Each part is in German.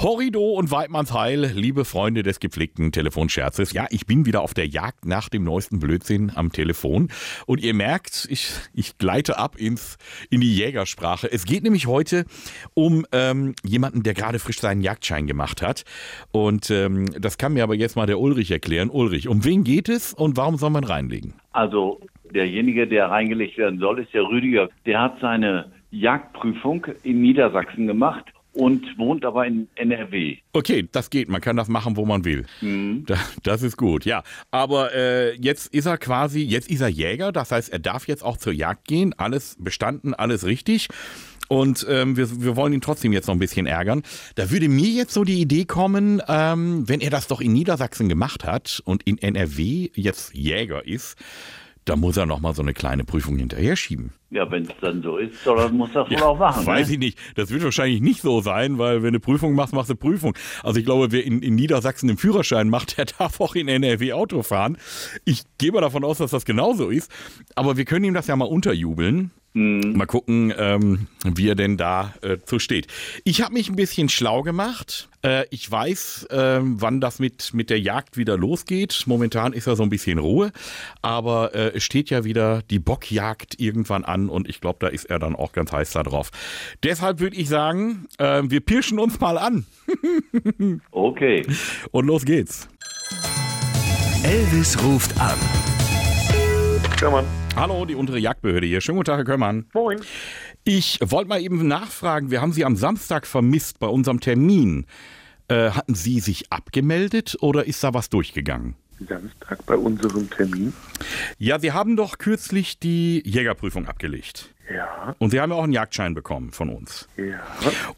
Horrido und Weidmannsheil, liebe Freunde des gepflegten Telefonscherzes. Ja, ich bin wieder auf der Jagd nach dem neuesten Blödsinn am Telefon. Und ihr merkt, ich, ich gleite ab ins, in die Jägersprache. Es geht nämlich heute um ähm, jemanden, der gerade frisch seinen Jagdschein gemacht hat. Und ähm, das kann mir aber jetzt mal der Ulrich erklären. Ulrich, um wen geht es und warum soll man reinlegen? Also derjenige, der reingelegt werden soll, ist der Rüdiger. Der hat seine Jagdprüfung in Niedersachsen gemacht und wohnt aber in NRW. Okay, das geht. Man kann das machen, wo man will. Da, das ist gut, ja. Aber äh, jetzt ist er quasi, jetzt ist er Jäger. Das heißt, er darf jetzt auch zur Jagd gehen. Alles bestanden, alles richtig. Und ähm, wir, wir wollen ihn trotzdem jetzt noch ein bisschen ärgern. Da würde mir jetzt so die Idee kommen, ähm, wenn er das doch in Niedersachsen gemacht hat und in NRW jetzt Jäger ist, da muss er noch mal so eine kleine Prüfung hinterher schieben. Ja, wenn es dann so ist, soll, er- muss das wohl auch machen. Weiß ne? ich nicht. Das wird wahrscheinlich nicht so sein, weil wenn du Prüfung machst, machst du Prüfung. Also ich glaube, wer in, in Niedersachsen einen Führerschein macht, der darf auch in NRW Auto fahren. Ich gehe mal davon aus, dass das genauso ist. Aber wir können ihm das ja mal unterjubeln. Mal gucken, ähm, wie er denn da äh, so steht. Ich habe mich ein bisschen schlau gemacht. Äh, ich weiß, ähm, wann das mit, mit der Jagd wieder losgeht. Momentan ist ja so ein bisschen Ruhe, aber äh, es steht ja wieder die Bockjagd irgendwann an und ich glaube, da ist er dann auch ganz heiß da drauf. Deshalb würde ich sagen, äh, wir pirschen uns mal an Okay. und los geht's. Elvis ruft an. Körmann. Hallo, die untere Jagdbehörde hier. Schönen guten Tag, Herr Kömmern. Moin. Ich wollte mal eben nachfragen, wir haben Sie am Samstag vermisst bei unserem Termin. Äh, hatten Sie sich abgemeldet oder ist da was durchgegangen? Samstag bei unserem Termin. Ja, Sie haben doch kürzlich die Jägerprüfung abgelegt. Ja, Und Sie haben ja auch einen Jagdschein bekommen von uns. ja.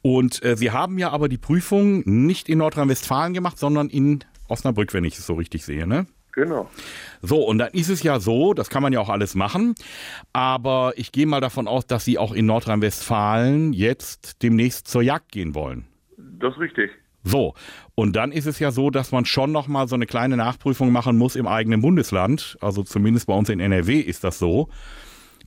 Und äh, Sie haben ja aber die Prüfung nicht in Nordrhein-Westfalen gemacht, sondern in Osnabrück, wenn ich es so richtig sehe, ne? Genau. So, und dann ist es ja so, das kann man ja auch alles machen, aber ich gehe mal davon aus, dass Sie auch in Nordrhein-Westfalen jetzt demnächst zur Jagd gehen wollen. Das ist richtig. So, und dann ist es ja so, dass man schon nochmal so eine kleine Nachprüfung machen muss im eigenen Bundesland. Also zumindest bei uns in NRW ist das so.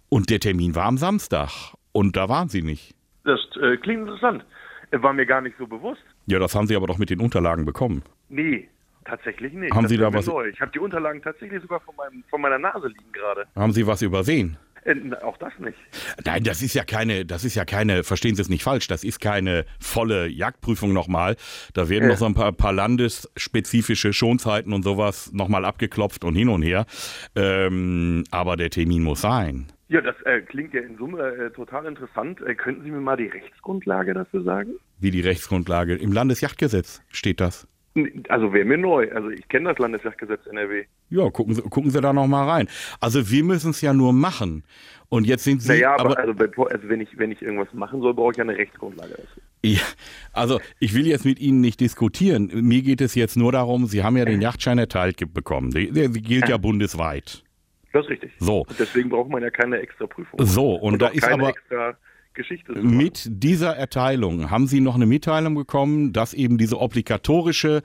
Und der Termin war am Samstag. Und da waren sie nicht. Das äh, klingt interessant. Äh, War mir gar nicht so bewusst. Ja, das haben sie aber doch mit den Unterlagen bekommen. Nee, tatsächlich nicht. Haben das Sie da ist mir was- Neu. Ich habe die Unterlagen tatsächlich sogar von, meinem, von meiner Nase liegen gerade. Haben sie was übersehen? Äh, n- auch das nicht. Nein, das ist ja keine, das ist ja keine, verstehen Sie es nicht falsch, das ist keine volle Jagdprüfung nochmal. Da werden noch so ein paar, paar landesspezifische Schonzeiten und sowas nochmal abgeklopft und hin und her. Ähm, aber der Termin muss sein. Ja, das äh, klingt ja in Summe äh, total interessant. Äh, könnten Sie mir mal die Rechtsgrundlage dafür sagen? wie die Rechtsgrundlage. Im Landesjagdgesetz steht das. N- Also wäre mir neu. Also ich kenne das Landesjagdgesetz NRW. Ja, gucken Sie, gucken Sie da noch mal rein. Also wir müssen es ja nur machen. Und jetzt sind Sie, Naja, aber, aber, also, bevor- also wenn, ich, wenn ich irgendwas machen soll, brauche ich ja eine Rechtsgrundlage dafür. ja, also ich will jetzt mit Ihnen nicht diskutieren. Mir geht es jetzt nur darum, Sie haben ja den Jagdschein erteilt ge- bekommen. Der, der gilt ja bundesweit. Das ist richtig. So. Und deswegen braucht man ja keine extra Prüfung. So, und da auch ist keine aber- extra Geschichte. zu machen. Mit dieser Erteilung haben Sie noch eine Mitteilung bekommen, dass eben diese obligatorische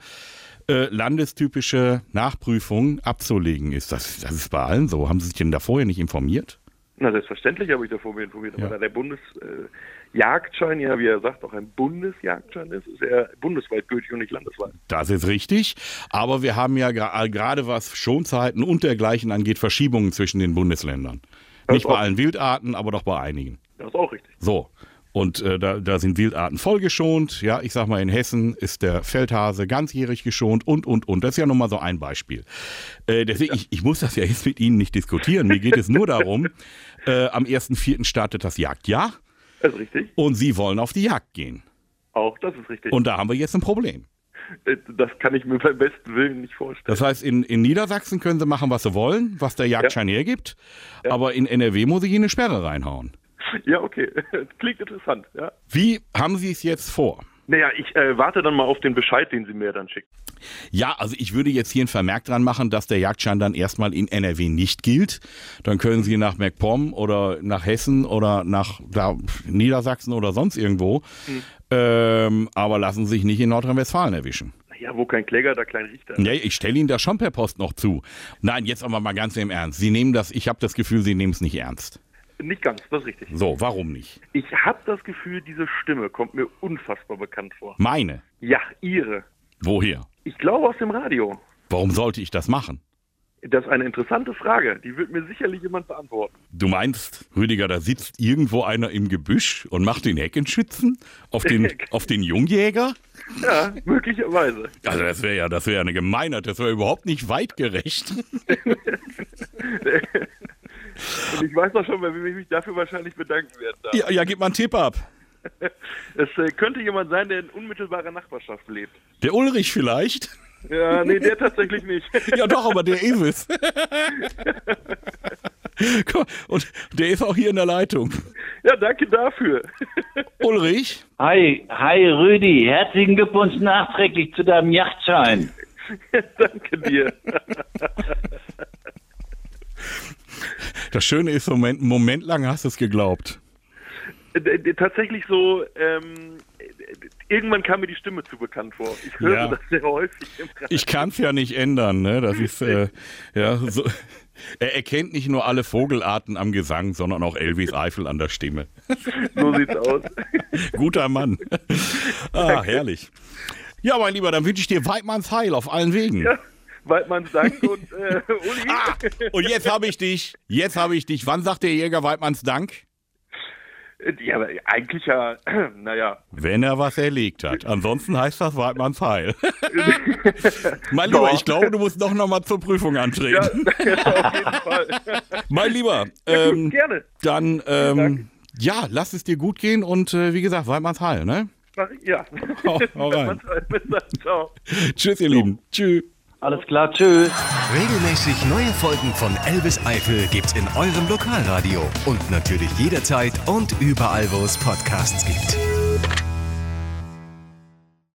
äh, landestypische Nachprüfung abzulegen ist. Das, das ist bei allen so. Haben Sie sich denn da vorher nicht informiert? Na, selbstverständlich habe ich davor mir informiert. Ja. Aber da der Bundesjagdschein, ja, wie er sagt, auch ein Bundesjagdschein ist, ist er bundesweit gültig und nicht landesweit. Das ist richtig. Aber wir haben ja gra- gerade was Schonzeiten und dergleichen angeht, Verschiebungen zwischen den Bundesländern. Nicht bei auch- allen Wildarten, aber doch bei einigen. Das ist auch richtig. So. Und äh, da, da sind Wildarten voll geschont. Ja, ich sag mal, in Hessen ist der Feldhase ganzjährig geschont und, und, und. Das ist ja nun mal so ein Beispiel. Äh, deswegen, ich, ich muss das ja jetzt mit Ihnen nicht diskutieren. Mir geht es nur darum, äh, am 1.4. startet das Jagdjahr Das ist richtig. und Sie wollen auf die Jagd gehen. Auch das ist richtig. Und da haben wir jetzt ein Problem. Äh, das kann ich mir beim besten Willen nicht vorstellen. Das heißt, in, in Niedersachsen können sie machen, was sie wollen, was der Jagdschein hergibt. Aber in NRW muss ich ihnen eine Sperre reinhauen. ja, okay. klingt interessant, ja. Wie haben sie es jetzt vor? Naja, ich äh, warte dann mal auf den Bescheid, den Sie mir dann schicken. Ja, also ich würde jetzt hier einen Vermerk dran machen, dass der Jagdschein dann erstmal in NRW nicht gilt. Dann können Sie nach MacPom oder nach Hessen oder nach da, Niedersachsen oder sonst irgendwo. Ähm, aber lassen Sie sich nicht in Nordrhein-Westfalen erwischen. Naja, wo kein Kläger, da kein Richter. Ja, ich stelle Ihnen das schon per Post noch zu. Nein, jetzt aber mal ganz im Ernst. Sie nehmen das, ich habe das Gefühl, Sie nehmen es nicht ernst. Nicht ganz, das ist richtig. So, warum nicht? Ich habe das Gefühl, diese Stimme kommt mir unfassbar bekannt vor. Meine. Ja, ihre. Woher? Ich glaube aus dem Radio. Warum sollte ich das machen? Das ist eine interessante Frage. Die wird mir sicherlich jemand beantworten. Du meinst, Rüdiger, da sitzt irgendwo einer im Gebüsch und macht den Heckenschützen auf den, auf den Jungjäger? Ja, möglicherweise. Also das wäre ja, das wäre ja eine Gemeinheit, das wäre überhaupt nicht weitgerecht. Und ich weiß auch schon, wer mich dafür wahrscheinlich bedanken werden darf. Ja, ja, gib mal einen Tipp ab. Es äh, könnte jemand sein, der in unmittelbarer Nachbarschaft lebt. Der Ulrich vielleicht? Ja, nee, der tatsächlich nicht. Ja doch, aber der ist es. Guck mal, Und der ist auch hier in der Leitung. Ja, danke dafür. Ulrich? Hi, hi Rüdi, herzlichen Glückwunsch nachträglich zu deinem Yachtschein. danke dir. Das Schöne ist, Moment, einen Moment lang hast du es geglaubt. D- d- Tatsächlich so, ähm, d- irgendwann kam mir die Stimme zu bekannt vor. Ich höre Ja. das sehr häufig im Radio. Ich kann es ja nicht ändern, ne? Das ist äh, ja so. Er erkennt nicht nur alle Vogelarten am Gesang, sondern auch Elvis Eifel an der Stimme. So sieht's aus. Guter Mann. Ah, herrlich. Ja, mein Lieber, dann wünsche ich dir Weidmanns Heil auf allen Wegen. Waldmanns Dank und äh, Uli. Ah, und jetzt habe ich dich. Jetzt habe ich dich. Wann sagt der Jäger Weidmanns Dank? Ja, aber eigentlich ja, naja. Wenn er was erlegt hat. Ansonsten heißt das Weidmanns Heil. mein Lieber, Doch. ich glaube, du musst doch nochmal zur Prüfung Ja, antreten. auf jeden Fall. Mein Lieber, ähm, Gerne. dann ähm, Dank. ja, lass es dir gut gehen und äh, wie gesagt, Weidmanns Heil, ne? Mach ich, ja. Hau, hau rein. Bis dann. Ciao. Tschüss, ihr Lieben. Tschüss. Alles klar, tschüss. Regelmäßig neue Folgen von Elvis Eifel gibt's in eurem Lokalradio und natürlich jederzeit und überall, wo es Podcasts gibt.